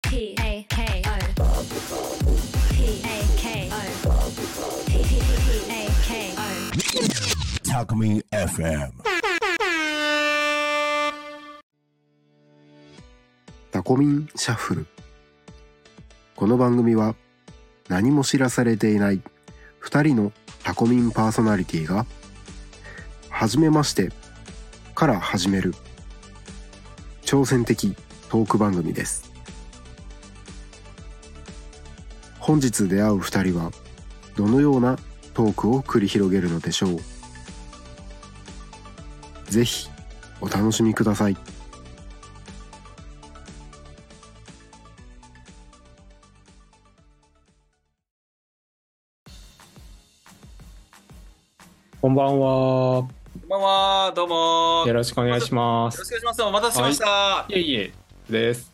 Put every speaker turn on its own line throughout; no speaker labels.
P A K O P A K O P A K O
Takumi FM.
タコミンシャッフルこの番組は何も知らされていない2人のタコミンパーソナリティが「はじめまして」から始める挑戦的トーク番組です本日出会う2人はどのようなトークを繰り広げるのでしょうぜひお楽しみください
こんばんは。
こんばんは、どうもー。
よ
よ
ろしくお願いしま
ろし
す。
くお願いします。お待たせしました。
いえいえ、です。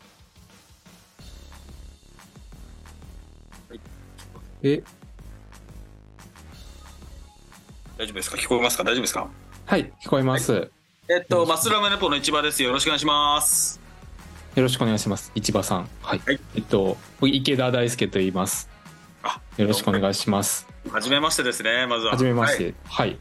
え、
大丈夫ですか聞こえますか大丈夫ですか
はい、聞こえます。よ
えっと、マスラムネポの市場です。よろしくお願いします。
ろしくお願いします。市場さん。はい。
はい
えっと、池田大輔と言います
あ。
よろしくお願いします。
はじめましてですね、まずは。
はじめまし
はい。
て。はい。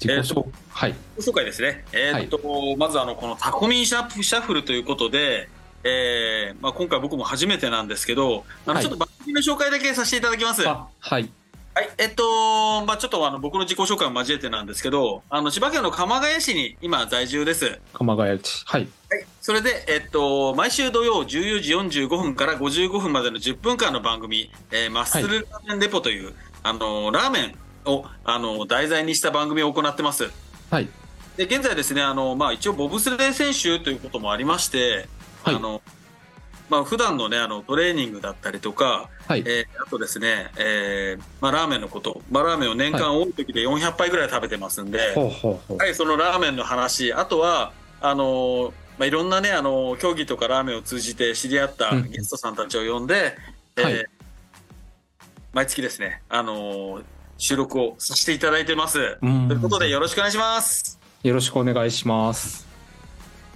自己紹介。はい。
ご紹介ですね。えっと、まずあの、このタコミンシャッフシャッフルということで、えーまあ、今回僕も初めてなんですけど、あの
はい
ちょっと番組の紹介だけさせていただきます。
あ、はい。
はい、えっと、まあ、ちょっとあの僕の自己紹介を交えてなんですけど、あの千葉県の鎌ヶ谷市に今在住です。
鎌ヶ谷市。はい。
それで、えっと、毎週土曜14時45分から55分までの10分間の番組、えーマッスルラーメンレポという、あのラーメンをあの題材にした番組を行ってます。
はい。
で現在ですねあの、まあ、一応ボブスレー選手ということもありまして、
はい
あのまあ普段のねあのトレーニングだったりとか、
はい。
えーあとですね、えーまあ、ラーメンのこと、まあ、ラーメンを年間多い時で400杯ぐらい食べてますんで。
ほうほうほう。
はい、そのラーメンの話、あとは、あのーまあ、いろんなね、あのー競技とかラーメンを通じて知り合った
うん
ゲストさんたちを呼んで、えー
はい
毎月ですね、あのー収録をさせていただいてます。
うん
ということで、よろしくお願いします。
よろしくお願いします。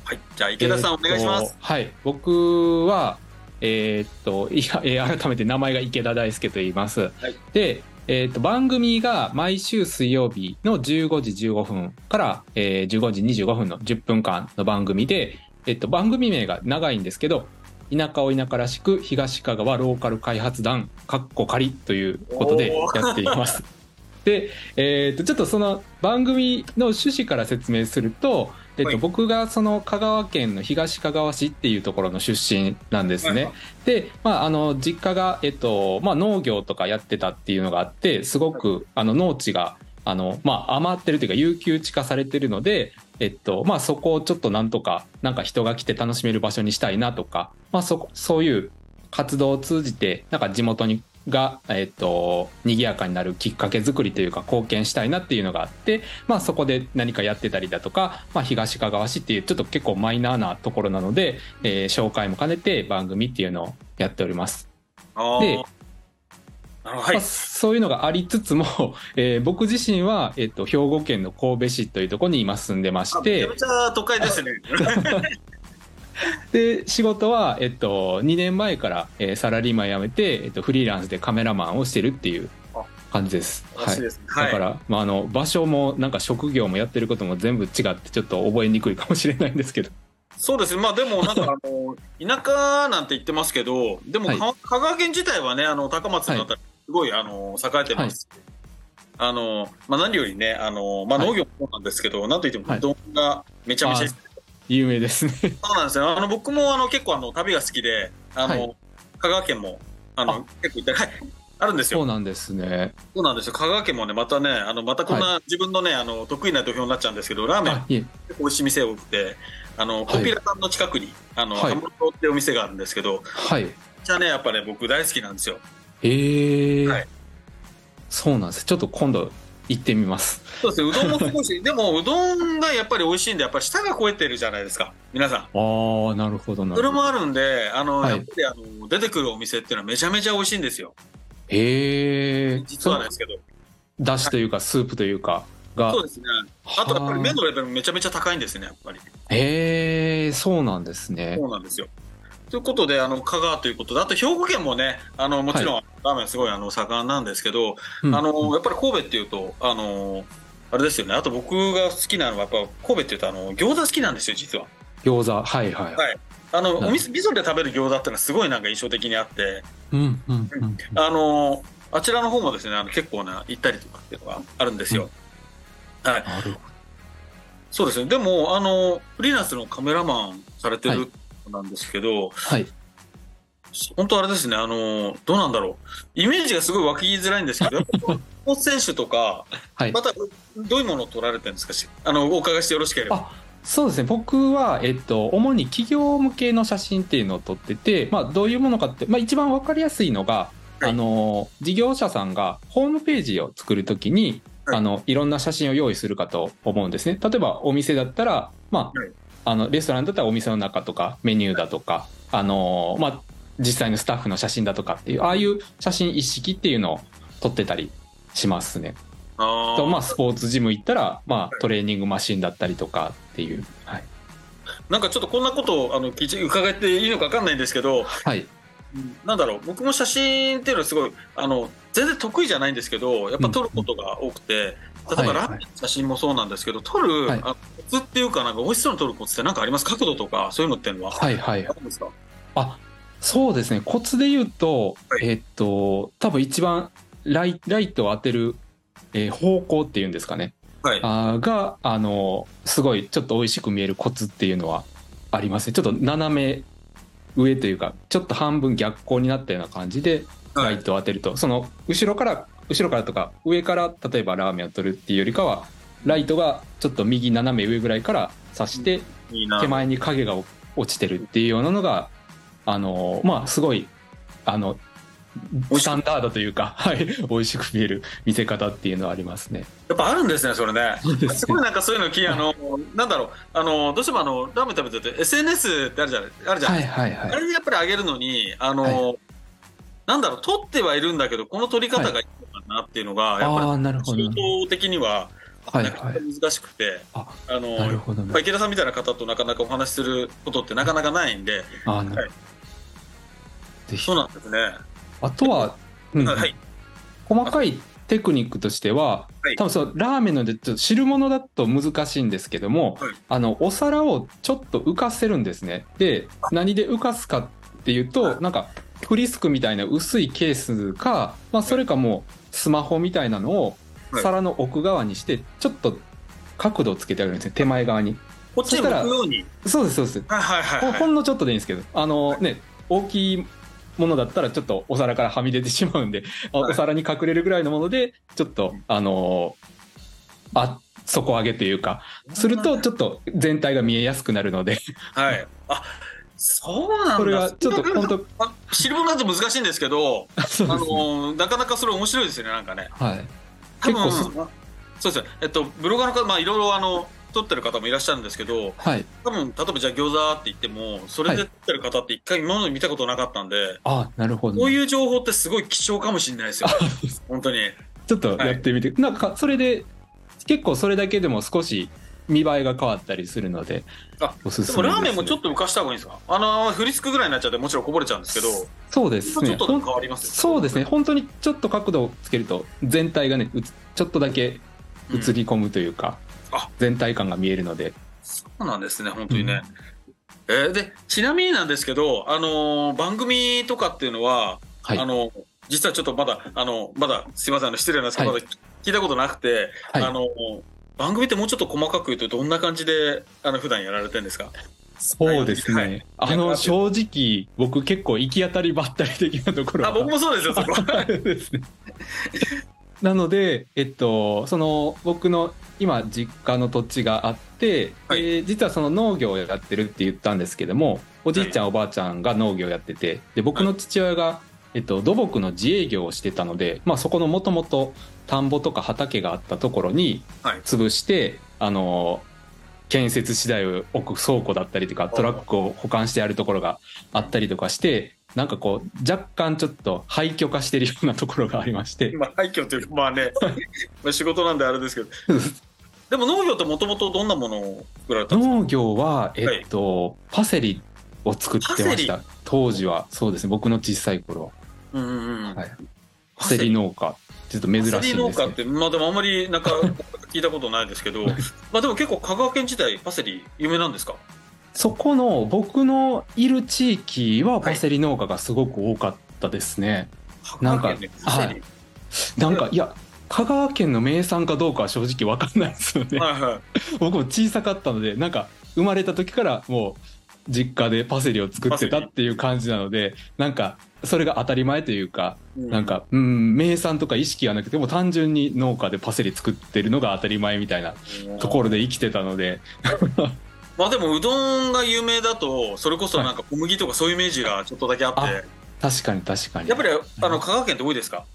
はい、じゃあ、池田さん、お願いしま
えーっ
す。
とはい、僕は、えーっと、 いや、えー改めて名前が池田大輔と言います。
い
で、えーっと、番組が毎週水曜日の15時15分から、えー15時25分の10分間の番組で、えーっと、番組名が長いんですけど、田舎を田舎らしく東香川ローカル開発団かっこ仮ということで
お
やってい ます。で、えー、とちょっとその番組の趣旨から説明すると,、えっ
は
と
い
僕がその香川県の東香川市っていうところの出身なんですね。
はい
で、まあ、あの実家が、えっとまあ、農業とかやってたっていうのがあってすごくあの農地があの、まあ、余ってるというか有給地化されてるので、えっとまあ、そこをちょっとなんとかなんか人が来て楽しめる場所にしたいなとか、まあ、そこそういう活動を通じてなんか地元にが、えっと賑やかになるきっかけ作りというか貢献したいなっていうのがあって、まあ、そこで何かやってたりだとか、まあ、東かがわ市っていうちょっと結構マイナーなところなので、えー紹介も兼ねて番組っていうのをやっております。
あー
で
なるほどは
ま
い
あ、そういうのがありつつも、 えー僕自身は、えっと兵庫県の神戸市というところに今住んでまし
あめち
て
ゃめちゃ都 会ですね。
で仕事は、えっと2年前から、えーサラリーマン辞めて、えっとフリーランスでカメラマンをしてるっていう感じです。
らしいですね。は
だ
い。
から、まあ、あの場所もなんか職業もやってることも全部違ってちょっと覚えにくいかもしれないんですけど
そうですね、まあでもな んかあの田舎なんて言ってますけど、でも、
はい
か香川県自体はね、あの高松のあたり、すごい、あの栄えてます。あのまあ、何よりね、あのまあ、
はい
農業もそうなんですけど、なんといっても
はいう
どんがめちゃめちゃ、
あー有名ですね。
そうなんですよ、あの僕もあの結構あの旅が好きで、あの
はい
香川県もあの
あ
結構行ったり、はい、あるんです
そ
よ、そうう
なんですね。
なんですよ、香川県もね、またね、あのまたこんな、自分のねあの得意な土俵になっちゃうんですけど、ラーメン、
あいえ
結構美味しい店多くて、あの
はい
コピラさんの近くに、あの
はい
ハムロってお店があるんですけど、
はい。
じゃあね、やっぱね、僕大好きなんですよ。
えー
はい
そうなんです。ちょっと今度行ってみます。
そうですね、うどんもすごい し、でもうどんがやっぱり美味しいんで、やっぱり舌が肥えてるじゃないですか、皆さん。
ああなるほどな
それ
るほど。
もあるんで、あの、
はい
やっぱりあの出てくるお店っていうのはめちゃめちゃ美味しいんですよ。
えー、
実はなんですけど。
だしというかスープというかが
そうですね。あとやっぱり麺のレベルもめちゃめちゃ高いんですね、やっぱり。
へえそうなんですね
そうなんですよ。ということで、あの、香川ということで、あと兵庫県もね、あの、もちろん、ラーメンすごい、あの、盛んなんですけど、
うん
あの、やっぱり神戸っていうと、あの、あれですよね。あと僕が好きなのは、やっぱ神戸っていうと、あの、餃子好きなんですよ、実は。
餃子はいはい、
はいあの、
うん
お店、味噌で食べる餃子ってのはすごいなんか印象的にあって、
うんうんうん
あの、あちらの方もですね、あの結構な、行ったりとかっていうのがあるんですよ。はい。
なるほ
そうですね。でも、あの、フリーランスのカメラマンされてる方なんですけど、
どはい
本当あれですね、あの、どうなんだろう。イメージがすごい湧きづらいんですけど、やっぱりスポーツ選手とか、
はい
また、どういうものを取られてるんですかし、あの、お伺いしてよろしければ。
あそうですね僕は、えっと、主に企業向けの写真っていうのを撮ってて、まあ、どういうものかって、まあ、一番わかりやすいのが、
はい
あの事業者さんがホームページを作るときに、
はい
い、あのいろんな写真を用意するかと思うんですね例えばお店だったら、まあ
はい
あのレストランだったらお店の中とかメニューだとか、あのまあ、実際のスタッフの写真だとかっていうああいう写真一式っていうのを撮ってたりしますね。
あー
とまあ、スポーツジム行ったら、まあ、トレーニングマシンだったりとかっていう。はい
なんかちょっとこんなことをあの聞いて伺っていいのか分かんないんですけど、
はい、
なんだろう、僕も写真っていうのはすごい、あの全然得意じゃないんですけど、やっぱ撮ることが多くて、
は
例えば
い
ラーメンの写真もそうなんですけど、撮る、
はい
あのコツっていうか、なんか美味しそうに撮るコツってなんかあります角度とか、そういうのっていうのは。
はいはい
あるんですか
あそうですねコツで言うと、
はい
えっと多分一番ライライトを当てる、えー方向っていうんですかね
はい。
あーがあのすごいちょっと美味しく見えるコツっていうのはありますねちょっと斜め上というかちょっと半分逆光になったような感じで
は
ラ
い
イトを当てると、その後ろから後ろからとか上から例えばラーメンを取るっていうよりかはライトがちょっと右斜め上ぐらいから差して、
いいな
手。前に影が落ちてるっていうようなのがあのまあすごいあの
美味しく
スタンダードというか、 はい、美味しく見える見せ方っていうのはありますね。
やっぱあるんですね、それね。すごいなんかそういうのき、あの、なんだろう、あの、どうしてもあの、ラーメン食べてて、SNS ってあるじゃない、あるじゃない
はいはいは
あ
い。
れでやっぱり上げるのに、あの、
は
なんだろう、取ってはいるんだけど、この取り方がいいのかなっていうのが、やっ
あ
ぱ
あなる
り、
ほ
仕
ど。
事的には、
はい
なかな
は
か
い。
難しくて、
あ
あの、
なる
やっ
ほど
ぱ
な。
池田さんみたいな方となかなかお話しすることってなかなかないんで、
あーな
はい
ぜひ
そうなんですね。
あとは、うん
はい。
細かいテクニックとしては、
はい
多分そのラーメンのでちょっと汁物だと難しいんですけども、
はい
あのお皿をちょっと浮かせるんですねで何で浮かすかっていうと、なんかフリスクみたいな薄いケースか、まあ、それかもうスマホみたいなのを
はい
皿の奥側にしてちょっと角度をつけてあげるんですね手前側に
こっちに
そした
向
ら
くように。
そうですそうです
はいはいは
ほ
い、
ん
はい
ほ。んのちょっとでいいんですけど、あのね、大きいものだったらちょっとお皿からはみ出てしまうんで、あ
はい
お皿に隠れるぐらいのもので、ちょっと、あのあ、底上げというか、するとちょっと全体が見えやすくなるので、
はい。あ、そうなんだ。
これはちょっと 本当、
あ知るものだと難しいんですけ
そ
ど、
う
あ
ですね。
の、なかなかそれ面白いですよね、なんかね。
はい。
多
結
分
構
そ
そう
ですね、えっと、ブロガーの方、まあ、いろいろあの撮ってる方もいらっしゃるんですけど、
はい。
多分例えばじゃあ、餃子って言っても、それで
は
撮ってる方って、一回、今まで見たことなかったんで、
あなるほど。
こういう情報ってすごい貴重かもしれないですよ、本当に。
ちょっとやってみて、なんか、それで、結構それだけでも少し見栄えが変わったりするので
あ、
おす
ですも、
めです、ね。
ラーメンもちょっと浮かした方がいいんですか、あのフリスクぐらいになっちゃって、もちろんこぼれちゃうんですけど、
そうです
ちょ
ね。
っと変わりますよ
そうですね、本当にちょっと角度をつけると、全体がね、うつちょっとだけ
うん
映り込むというか、
あ
全体感が見えるので、
そうなんですね、本当にね。えーでちなみになんですけど、あのー番組とかっていうのは、
はい、
あ
はい、
の実はちょっとまだあのまだすいませんあの失礼なんですけど、
はい
まだ聞いたことなくて、あの番組ってもうちょっと細かく言うとどんな感じであの普段やられてるんで すか
そうですね、
はい
あの正直、僕、結構行き当たりばったり的なところ
あ
は
僕もそうですよそこ
あるん ですね。なので、えっと、その僕の今、実家の土地があって、
はい
で実はその農業をやってるって言ったんですけども、おじいちゃん、おばあちゃんが農業やってて、で僕の父親が、えっと、土木の自営業をしてたので、まあ、そこのもともと田んぼとか畑があったところに
はい
潰して、あの建設資材を置く倉庫だったりとかトラックを保管してあるところがあったりとかしてなんかこう若干ちょっと廃墟化してるようなところがありまして
まあ廃墟というかまあ ねまあ仕事なんであれですけどでも農業ってもともとどんなものを作られたんですか
農業はえっと、パセリを作ってました当時はそうですね僕の小さい頃
うんうんうん
は。はいパセリ農家ちょっと珍しいん
パ
で
セ
す
リ
けど
農家って、まあでもあんまりなんか聞いたことないで すけど、まあでも結構香川県自体パセリ有名なんですか
そこの僕のいる地域はパセリ農家がすごく多かったですね、なんか
香川県でパセリ。
なんかいや香川県の名産かどうかは正直わかんないですよね、
はいはい。
僕も小さかったのでなんか生まれた時からもう実家でパセリを作ってたっていう感じなのでなんかそれが当たり前というかなんか、うん、名産とか意識がなくても単純に農家でパセリ作ってるのが当たり前みたいな
うん
ところで生きてたので
まあでもうどんが有名だとそれこそなんか小麦とかそういうイメージがちょっとだけあって、
はいあ確かに確かに
やっぱりあの香川県って多いですか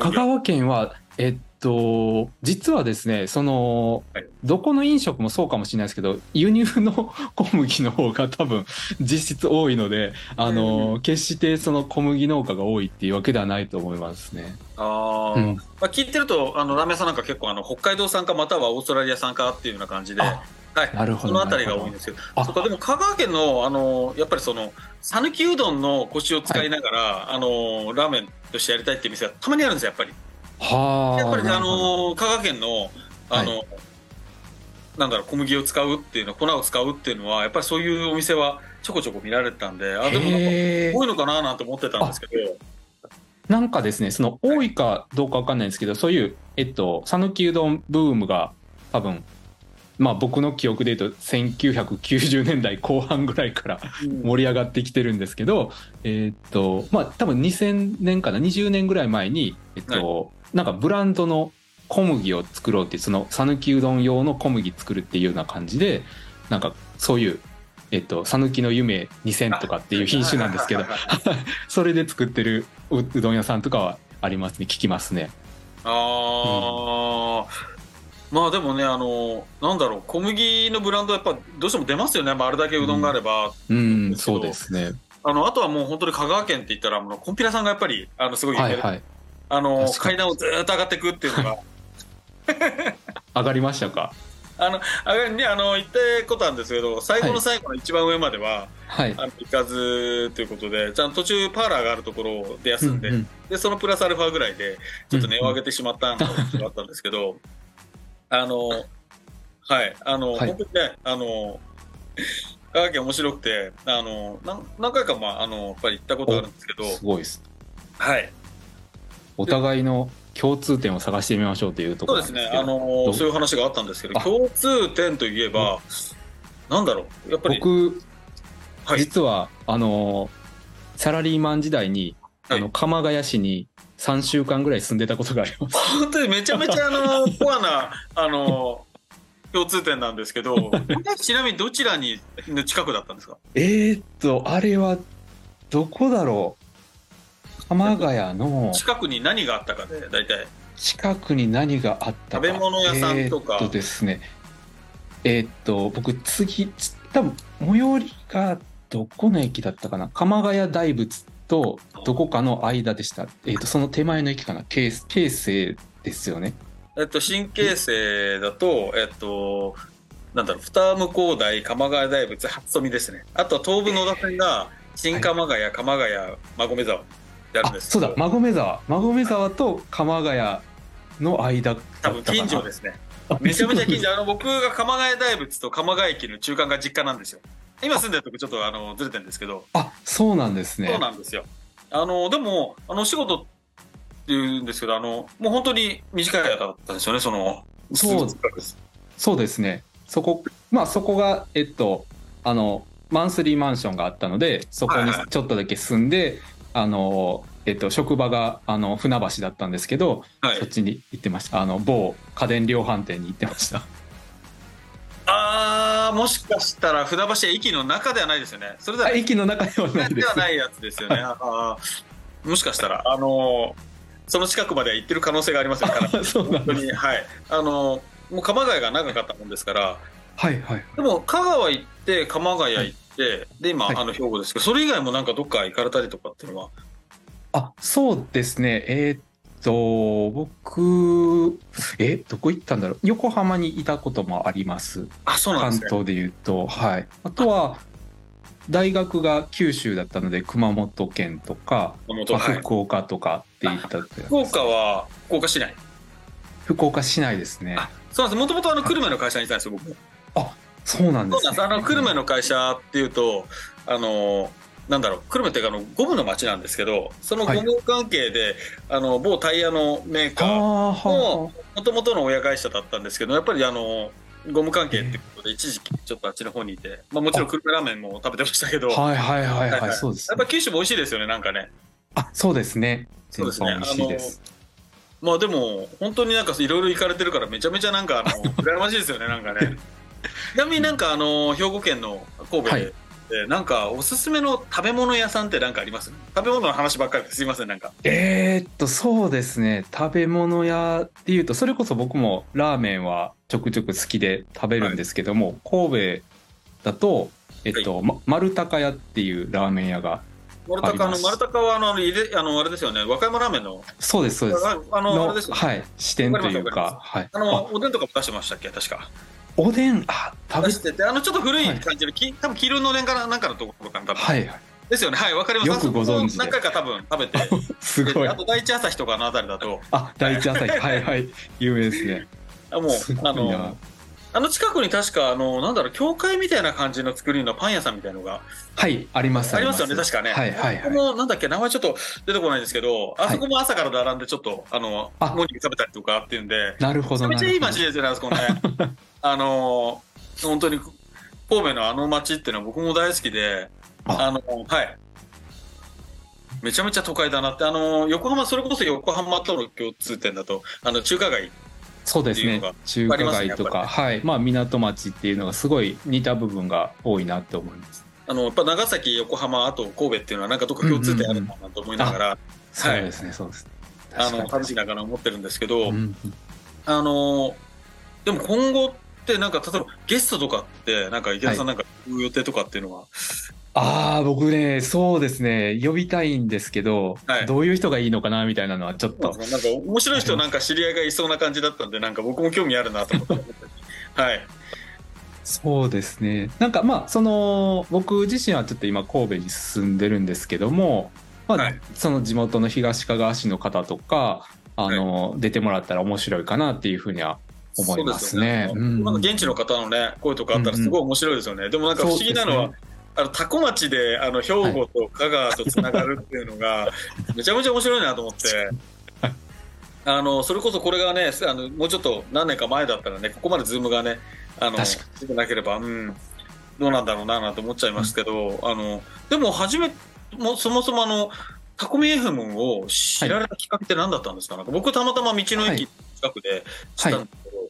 香川県はえっと実はですねその、
はい
どこの飲食もそうかもしれないですけど輸入の小麦の方が多分実質多いのであの、決してその小麦農家が多いっていうわけではないと思いますね。
あー、
うん
まあ、聞いてるとあのラーメン屋さんなんか結構あの北海道産かまたはオーストラリア産かっていうような感じで、は
あ
い、
なるほど
そのあたりが多いんですけど
あ
そっかでも香川県のあのやっぱりその讃岐うどんの腰を使いながら、あのラーメンとしてやりたいっていう店がたまにあるんですよやっぱり
はあ
やっぱりね
な
あ
るほど
の香川県のあの、なんだろう小麦を使うっていうの粉を使うっていうのはやっぱりそういうお店はちょこちょこ見られてたんであでもなんか
へー
多いのかななんて思ってたんですけど
なんかですね、その多いかどうかわかんないんですけど、そういう、えっと、讃岐うどんブームが多分、まあ僕の記憶で言うと1990年代後半ぐらいから盛り上がってきてるんですけど、えーっと、まあ多分2000年かな、20年ぐらい前に、えっと、なんかブランドの小麦を作ろうっていう、その讃岐うどん用の小麦作るっていうような感じで、なんかそういう、えっと、讃岐の夢2000とかっていう品種なんですけど
はいはい、
それで作ってるううどん屋さんとかはありますね、聞きますね。
あー、まあでもねあのなんだろう小麦のブランドはやっぱどうしても出ますよね、まあ、あれだけうどんがあれば、
うん、そうですね。
あのあとはもう本当に香川県って言ったらあのコンピラさんがやっぱりあのすごい有名
は
で、
いはい。
あ
確
の
かに
階段をずーっと上がっていくっていうのが
上がりましたか
あのあれねあの言ったことあるんですけど最後の最後の一番上までは、
はい。
あの行かずということでじゃあ途中パーラーがあるところで休んで、
うんうん
でそのプラスアルファぐらいでちょっと値を上げてしまったのがあったんですけど、あのはいあの、
はい
本当にねあの香川県面白くてあのなん何回か、まあ、あのやっぱり行ったことあるんですけど
すごいです。
はい
お互いの共通点を探してみましょうというとこ
そう
ろ
で
なんです
すね
けど
あのそういう話があったんですけど
あ
共通点といえばなんだろうやっぱり
僕、
はい
実はあのサラリーマン時代に、
はい
あの鎌ヶ谷市に3週間ぐらい住んでたことがあります。
本当にめちゃめちゃあのコアなあの共通点なんですけど ちなみにどちらにの近くだったんですか
えーっとあれはどこだろう鎌ヶ谷の
近くに何があったかで大体
近くに何があったか
食べ物屋さんと
え
か
ーっとですねえーっと僕次つ多分最寄りがどこの駅だったかな鎌ヶ谷大仏とどこかの間でした、えーっとその手前の駅かな京京成ですよね
えっと神経性だとえっとなんだろう二向こう大鎌ヶ谷大仏初富ですねあとは東武野田線が新鎌ヶ谷鎌ヶ谷馬込沢であるんですけ
そう
ど
だ馬込沢馬込沢と鎌ヶ谷の間だった
多
かな
分近所ですねめちゃめちゃ近所あの僕が鎌ヶ谷大仏と鎌ヶ谷駅の中間が実家なんですよ今住んでるとこちょっとあのずれてるんですけど
あそうなんですね
そうなんですよ。あのでもあのお仕事っていうんですけどあのもう本当に短い間だったんですよねその
そう
です。
そうですねそこまあそこがえっとあのマンスリーマンションがあったのでそこに
はいは
ちょっとだけ住んで、あのえっと職場があの船橋だったんですけど、
はい
そっ。ちに行ってましたあの某家電量販店に行ってました
ああもしかしたら船橋駅の中ではないですよね。それでは
あ駅の中ではないで
ですはないやつですよね。あーもしかしたらあのその近くまでは行ってる可能性があ りますよ。から
そうなん
本当
です
にはいあのもう鎌ヶ谷が長かったもんですから
はいはい
でも香川行って鎌ヶ谷行って、で今、
はい
あの兵庫ですけどそれ以外もなんかどっか行かれたりとかっていうのは
あそうですねえーっと僕えどこ行ったんだろう横浜にいたこともあります
あそうな
関
んですね。
東で言うと、はい。あとは、大学が九州だったので熊本県とか、
熊本
まあ
はい
福岡とかって言った
福岡は福岡市内
福岡市内ですね
あそうなんですもともとあの久留米の会社にいたんですよ僕も
そうなんで
そう
す、
なん
ね、
ですあの久留米の会社っていうとあのなんだろう久留米っていうかあのゴムの町なんですけどそのゴム関係で、あの某タイヤのメーカー
あーはあはあ
もともとの親会社だったんですけど、やっぱりあの、ゴム関係ってことで、一時期ちょっとあっちの方にいて、まあもちろん久留米ラーメンも食べてましたけど、やっ
はいはいはい
は
はいい、
はい
そうです、
ぱ九州も美味しいですよね、なんかね。
あ、そうですね。
そうですね
全般美味しいです。
まあでも、本当になんかいろいろ行かれてるから、めちゃめちゃなんかあの、羨ましいですよね、なんか ね。ちなみになんかあの、兵庫県の神戸で、
はい
えーなんかおすすめの食べ物屋さんってなんかあります食べ物の話ばっかりですいません、なんか。
えーっと、そうですね。食べ物屋っていうと、それこそ僕もラーメンはちょくちょく好きで食べるんですけども、神戸だと、えっと、ま丸高屋っていうラーメン屋が、
丸
あり
高
ま
の、
す
丸高はあの、入れあの、あれですよね、和歌山ラーメンの、
そうです、そうです。
ああの、あれ
の
ですよね。
はい、視点という
わかります
か、はい。
あ
あ
のおでんとかも出してましたっけ、確か。
おでん、あ、食
出
べ
してて、あのちょっと古い
はい
感じの、き多分黄色の年かななんかのところかな、多分、
はいはい、
ですよね、はい、わかります。
よくご存知で
あそこも何回か多分食べて、
すごい
あ。と第一朝日とかのあたりだと、
あ、第一朝日、はいはい、有名ですね。
あもう
すごい
あ
な
の。あの近くに確かあの、なんだろう、教会みたいな感じの作りのパン屋さんみたいのが
はい、あります。
ありますよね、確かね。
はいはい
あそこ
はい。
もなんだっけ、名前ちょっと出てこないんですけど、あそこも朝から並んで、ちょっと、あの
あ
モーニング食べたりとかっていうんで、
なるほど。
めちゃめちゃいい
なるほど
街ですよね、あそこね。あのー本当に神戸のあの街っていうのは僕も大好きで、あ
あ
のーはい。めちゃめちゃ都会だなって、あのー横浜、それこそ横浜との共通点だと、あの中華街、
そうです
って
ね
いうのが
中華街と
あり
か、はいまあ、港町っていうのがすごい似た部分が多いなって思います。
あのやっぱ長崎、横浜、あと神戸っていうのは、なんかどっか共通点あるのかなと思いながら、
そうですね、そうですね。
あ
確か
の
に
楽しいながら思ってるんですけど、
うん
あのーでも今後って、なんか例えばゲストとかって、なんか池田さん、なんか行く予定とかっていうのは、
ああ僕ねそうですね呼びたいんですけど、
はい
どういう人がいいのかなみたいなのはちょっ
なん
と
か面白い人なんか知り合いがいそうな感じだったんでなんか僕も興味あるなと思って はい
そうですねなんかまあその僕自身はちょっと今神戸に進んでるんですけども、まあ
はい
その地元の東かがわ市の方とかあの、出てもらったら面白いかなっていうふうには思いますね
そうですよ
うん
なんか現地の方のね声とかあったらすごい面白いですよね、でもなんか不思議なの
そ
は、
うですね
あのタコ町であの兵庫と香川とつながるっていうのが、めちゃめちゃ面白いなと思って。 あのそれこそこれがねあのもうちょっと何年か前だったらねここまでズームがねあの
確か
出てなければ、うん、どうなんだろうななんて思っちゃいますけど、あのでも初めもそもそもあのタコミ FM を知られたきっかけって何だったんですか,、なんか僕たまたま道の
は
駅
い
近くで知ったんで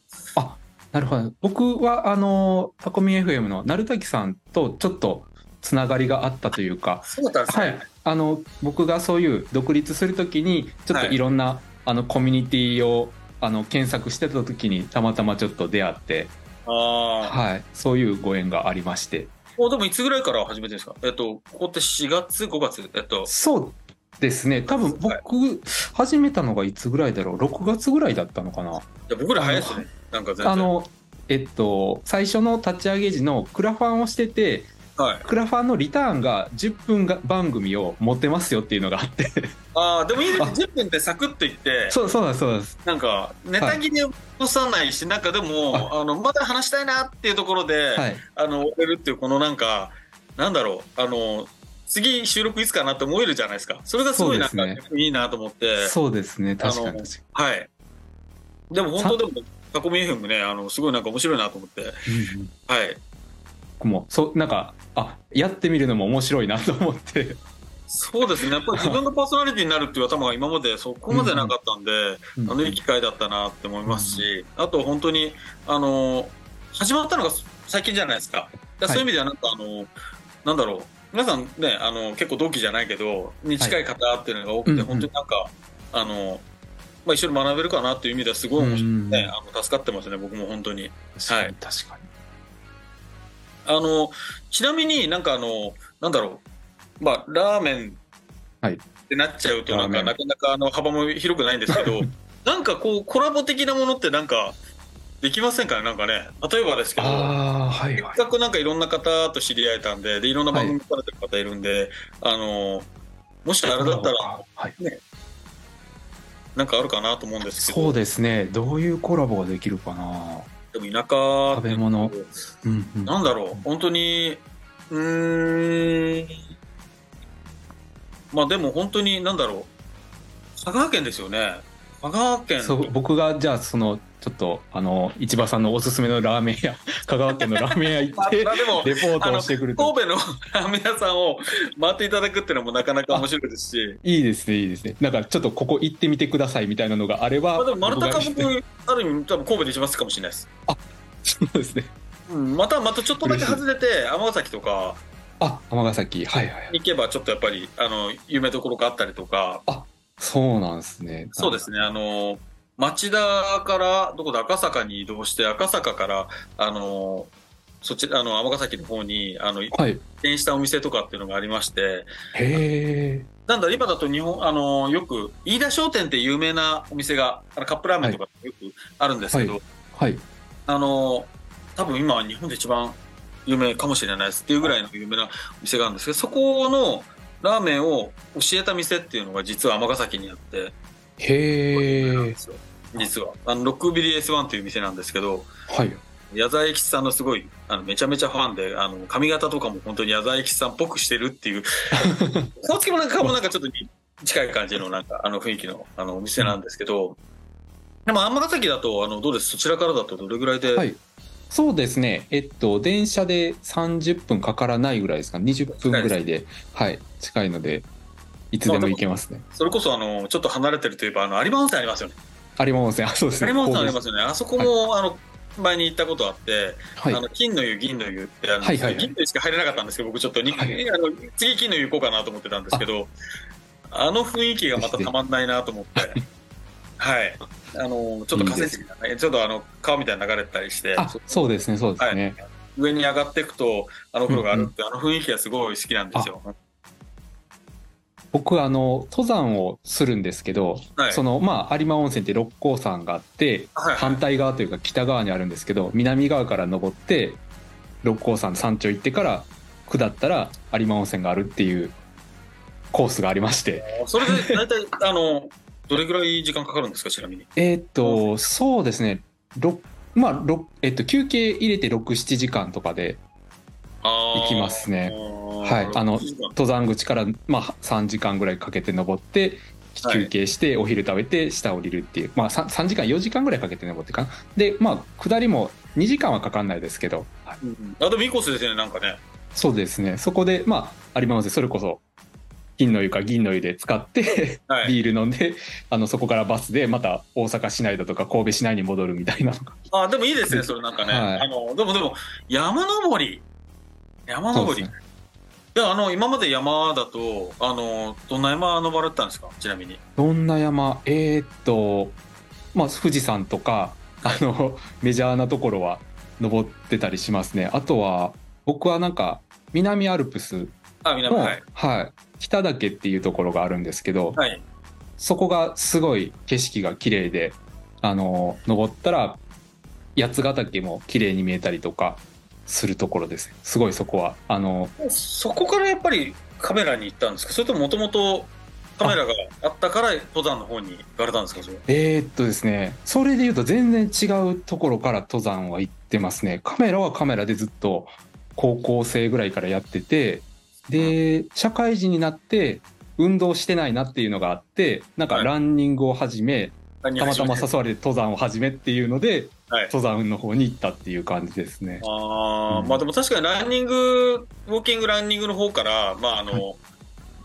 すけど、
なるほど。僕は、あの、タコミ FM の鳴滝さんとちょっとつながりがあったというか、
そうだったんですね、
はい。あの、僕がそういう独立するときに、ちょっと
はい
いろんな、あの、コミュニティを、あの、検索してたときに、たまたまちょっと出会って、
ああ
はい。そういうご縁がありまして。
もうでもいつぐらいから始めてるんですかえっと、ここって4月、5月、えっと、
そうですね。多分
はい
僕、始めたのがいつぐらいだろう ?6 月ぐらいだったのかな。
いや僕ら早いですね。なんか全然。
あの、えっと、最初の立ち上げ時のクラファンをしてて、
はい。
クラファンのリターンが10分が番組を持ってますよっていうのがあって
ああ、でもいいですね。
あ
10分でサクッといって、
そうそうなんですそうなんです
なんか、ネタ切れを残さないし、なんかでも、
は
あの、まだ話したいなっていうところで、
はい
あの、終えるっていう、このなんか、なんだろう、あの、次収録いつかなって思えるじゃないですか。それがすごいなんか、
そうですね
逆にいいなと思って、
そうですね確かに
あの
確か
はい。でも本当でも、タコミ FM ね、あの、すごいなんか面白いなと思って、
に、うんうん
はい。
僕もそうなんかあやってみるのも面白いなと思って
そうですね、やっぱり自分がパーソナリティになるっていう頭が今までそこまでなかったんで、あのいい機会だったなって思いますし、あと本当に、あの始まったのが最近じゃないですか、だからそういう意味では、なんか、あのなんだろう、皆さんね、あの結構同期じゃないけど、に近い方っていうのが多くて、
はい
本当になんか、あのまあ、一緒に学べるかなっていう意味では、すごい面白い、
うん
ねあの助かってますね、僕も本当に。
確かに確かに
あのちなみになんかあのなんだろうまあラーメン
はい
ってなっちゃうとなんか、
ラーメ
なかなかあの幅も広くないんですけどなんかこうコラボ的なものってなんかできませんかね、なんかね、例えばですけど、
ああ、はいはい
せっ。かくなんかいろんな方と知り合えたんで、でいろんな番組されてる方いるんで、あのもしあれだったら、
はい、
なんかあるかなと思うんですけど、
そうですね。どういうコラボができるかな。
でも田舎
食べ物うんうん。
なんだろう、本当に、うーん、まあでも本当に、なんだろう、香川県ですよね。香川県、
そう僕がじゃあそのちょっとあの市場さんのおすすめのラーメン屋香川県のラーメン屋行
ま
っ
あ、
て
まあでも、
レポートをしてくると
神戸の ラーメン屋さんを回っていただくっていうのもなかなか面白いですし、
いいですねいいですねなんかちょっとここ行ってみてくださいみたいなのがあれば
まあ、でも丸高
僕が
もある意味、多分神戸で一番好きかもしれないです。
そうですね
うん、またまたちょっとだけ外れて、尼崎とか
あ尼崎はいはいはい
行けば、ちょっとやっぱりあの有名どころがあったりとか、
そうなんですね
そうですね、あの町田から、どこだ、赤坂に移動して、赤坂から、あのそっちあの尼崎の方にあの移
はいへ
転したお店とかっていうのがありまして、
え
なんだ、今だと日本、あのよく、飯田商店って有名なお店が、あのカップラーメンとかよくあるんですけど、
はい
あの多分今日本で一番有名かもしれないですっていうぐらいの有名なお店があるんですけどそこのラーメンを教えた店っていうのが実は尼崎にあって
へえ
実はあのロックビリー S1 という店なんですけど
はい
矢沢永吉さんのすごいあのめちゃめちゃファンであの髪型とかも本当に矢沢永吉さんっぽくしてるっていう 顔つきもなんか顔もなんかちょっと近い感じのなんかあの雰囲気のあのお店なんですけどでも尼崎だとあのどうですそちらからだとどれぐらいで、
はいそうですねえっと電車で30分かからないぐらいですか20分ぐらいではい近いのでいつでも行けますね
それこそあのちょっと離れてるといえばあの有馬温泉ありますよね。
有馬温泉あそうですね
有馬温泉ありますよね。あそこも、あの前に行ったことあって、
はい
あの金の湯銀の湯ってあの、
はいはいはい
銀の湯しか入れなかったんですけど僕ちょっとに、
はい
あの次金の湯行こうかなと思ってたんですけどあの雰囲気がまたたまんないなと 思って。はい、あのちょっと河川敷がねちょっとあの川みたいに流れてたりして
あそうですね、そうですね。
上に上がっていくとあのお風呂があるって、あの雰囲気がすごい好きなんですよ。
僕、あの、登山をするんですけど、
はい
その、まあ、有馬温泉って六甲山があって、
はい
反対側というか北側にあるんですけど、南側から登って、六甲山山頂行ってから、下ったら有馬温泉があるっていうコースがありまして。
それで大体あのどれぐらい時間かかるんですかちなみに。
えーっと、そうですね、六まあ、六えっと、休憩入れて6、7時間とかで、
行
行きますね
は
はいあの登山口から、まあ、3時間ぐらいかけて登って
はい
休憩してお昼食べて下降りるっていう、まあ、3, 時間4時間ぐらいかけて登ってかなでまあ下りも2時間はかかんないですけど、はい
あでもいいコースですね、なんかね。
そうですねそこでまあ有馬温泉それこそ金の湯か銀の湯で使って、
はい。
ビール飲んであのそこからバスでまた大阪市内だとか神戸市内に戻るみたいなのが
あ、でもいいですね、それなんかね。
はい
あの、でもでも、山登り。山登り。
そう
い
で
や、あの、今まで山だと、あの、どんな山登られてたんですかちなみに。
どんな山えーっとまあ富士山とかあの メジャーなところは登ってたりしますねあとは僕はなんか南アルプス
あ、南
の、
は
はいい。北岳っていうところがあるんですけど、
はい。
そこがすごい景色が綺麗であの登ったら八ヶ岳も綺麗に見えたりとかするところですすごいそこはあの
そこからやっぱりカメラに行ったんですかそれとももともとカメラがあったから登山の方に行かれたんですかそれ
えーっとですね、それで言うと全然違うところから登山は行ってますね。カメラはカメラでずっと高校生ぐらいからやってて、で、社会人になって運動してないなっていうのがあって、なんか
はい
ランニングを始め、
た
たまたま誘われて登山を始めっていうので、
はい
登山の方に行ったっていう感じですね。
あー
うん
まあでも確かにランニング、ウォーキングランニングの方から、まああの、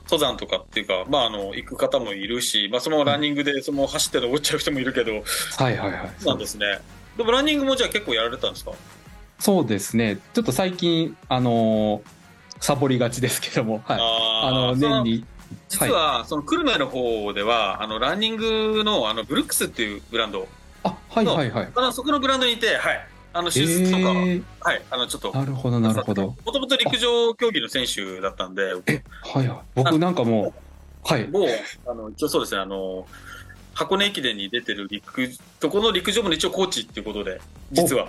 登山とかっていうか、まああの、行く方もいるし、まあそのままランニングでそのまま走って登っちゃう人もいるけど、
はいはいはい。
そうなんですね。でもランニングもじゃあ結構やられたんですか
そうですね。ちょっと最近、あのーサボりがちですけども、はい。あ
あ
の、
ー
年に、
その実は、その久留米の方では、あの、ランニングの、あの、ブルックスっていうブランド、
あ、はいはいはい。
あの、そこのブランドにいて、はい、あの、手術とか、
えー
はい、あの、ちょっと、も
なるほどなるほど。
ともと陸上競技の選手だったんで、
え、はいはい。僕なんかもう、はい。
某、あの、一応そうですね、あの、箱根駅伝に出てる陸、そこの陸上部の一応コーチっていうことで、実は。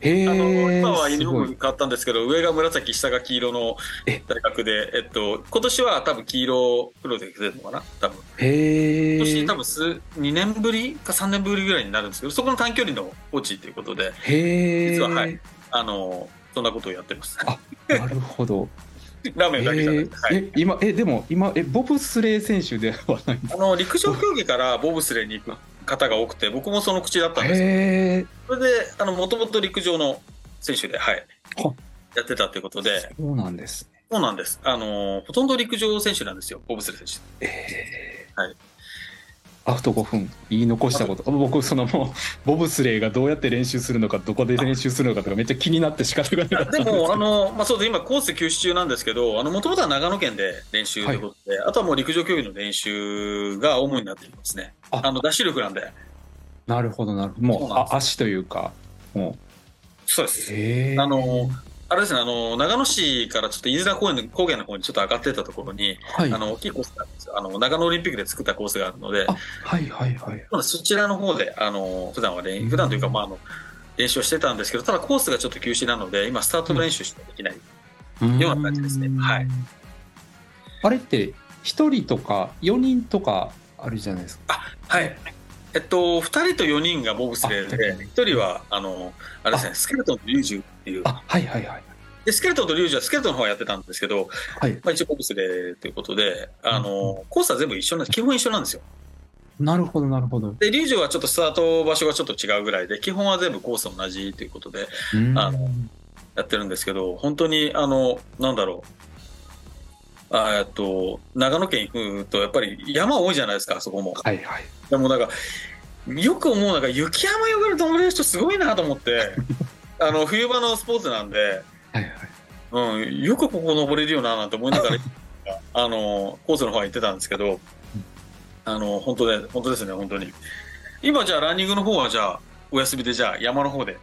へ
あの今はユ
す
ニフォ
ご
ーム
い。
変わったんですけど、上が紫、下が黄色の
え
大学で、えっと、今年は多分黄色、黒で出てるのかな、多分
へ
今年多
ー
分数2年ぶりか3年ぶりぐらいになるんですけど、そこの短距離のコーチということで、
へー
実ははいあのそんなことをやってます。
あなるほど。
ラーメンだけじゃな
え
くて、はい
え今えでも今えボブスレー選手ではないんです
あの陸上競技からボブスレーに行く方が多くて、僕もその口だった
か。
んですけ
へえ。
ど、それであの元々陸上の選手で、はい
は、
やってたということで、
そうなんですね。
そうなんです。あのほとんど陸上選手なんですよ、ボブスレー 選手。
えー
はい。
あと5分言い残したこと僕そのもうボブスレーがどうやって練習するのかどこで練習するのかとかめっちゃ気になって仕方がなかったん
で
ですけど
も、あの、まあ、そうです。今、コース休止中なんですけど、あの、もともとは長野県で練習ということで、あとはもう陸上競技の練習が主になっていますね。
あ
あの、脱力なんで。
なるほどなるほども
そう
う
なんです
あ足というかも
そうで
う
す。
へー
あの、あれですね、あの、長野市からちょっと飯塚高原の高原の方にちょっと上がってったところに、
はい
あの、大きいコースがあるんですよ。あの、長野オリンピックで作ったコースがあるので、
あはいはいはい
そうなんですそちらの方で、あの、普段は練、普段というか、まあ、あの、練習をしてたんですけど、ただコースがちょっと休止なので、今、スタート練習しかできない。ような感じですね
うん
はい
あれって1人とか4人とかあるじゃないですか
はい。えっと、2人と4人がボブスレー
あ
で、1人は、あの、あれですね、スケルトンとリュージュっていう。
あはいはいはい
で、スケルトンとリュージュはスケルトンの方はやってたんですけど、
はい
まあ、一応ボブスレーということで、あの、コースは全部一緒なんです。基本一緒なんですよ。
なるほどなるほど
で、リュージュはちょっとスタート場所がちょっと違うぐらいで、基本は全部コース同じということで
うん
あのやってるんですけど、本当に、あの、なんだろう。あえっと、長野県行くと、やっぱり山多いじゃないですか、あそこも。
はいはい
でもなんかよく思うのが雪山ヨガで登れる人すごいなと思ってあの冬場のスポーツなんで、
はいはい
うん、よくここ登れるよななんて思いながら あのコースの方は行ってたんですけどあの本当で本当ですね本当に今じゃあランニングの方はじゃあお休みでじゃあ山の方で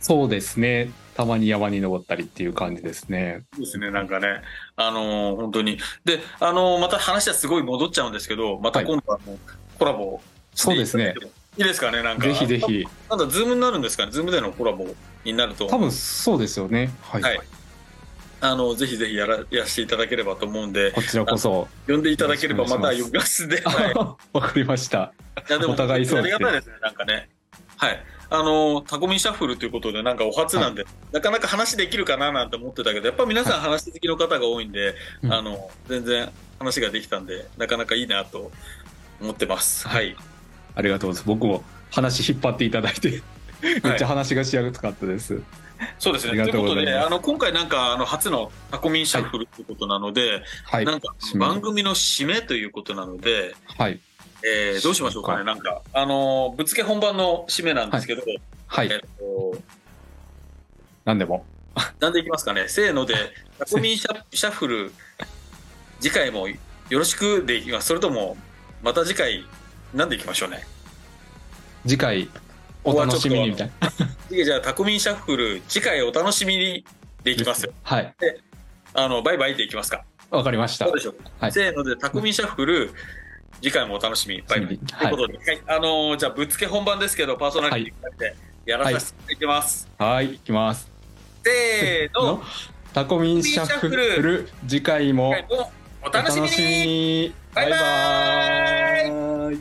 そうですねたまに山に登ったりっていう感じですね
そうですねなんかねあの本当にであのまた話はすごい戻っちゃうんですけどまた今度はもうコラボ
そうですね
いいですかねなんか
ぜひぜひ
なんだ、ズームになるんですかね、ズームでのコラボになると、
多分そうですよねはい、
はいあのぜひぜひやらやらせていただければと思うんで、
こちらこそ
呼んでいただけれ
よ
ば、
ろし
ま
くお
た
願いし
呼
ます
びますんで、は い、
わ、かりました
いやでも、
お互いそう
あり
ですね
がたいですね、なんかね。はい、あのタコミンシャッフルということで、なんかお初なんで、なかなか話できるかななんて思ってたけど、やっぱ皆さん、話好きの方が多いんで、
うん
あの全然話ができたんで、なかなかいいなと思ってます。はい、
ありがとうございます僕も話引っ張っていただいてめっちゃ話がしやすかったです、
そうですね
ありが
とい
と
う
う
こ
ご
と
ざいます
で、あの今回、なんかあの初のタコミンシャッフルということなので、
はい
なんか
締め
番組の締めということなので、
はい
えーどうしましょうかね、なんか、あのーぶっつけ本番の締めなんですけど、
は
え
い
っと
何でも
なんでいきますかね、せーので、タコミンシャシャッフル、次回もよろしくでいきます、それとも、また次回、なんでいきましょうね。
次回お楽しみにみたいな
次じゃあ、タコミンシャッフル、次回お楽しみにでいきますよ。
はい
あのバイバイでいきますか。
わかりました
どうでしょうか。
はい
せーので、タコミンシャッフル、次回もお楽しみ、バイバイ。とい
は
う
い
ことで、はいあのーじゃあ、ぶっつけ本番ですけど、パーソナリティでやらさせていただきます。
はいいきます
せーの
の、タコミンシャッフル次回も
次回もお
お
楽しみに
に
バイバイ
バイ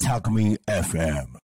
Talk Me FM.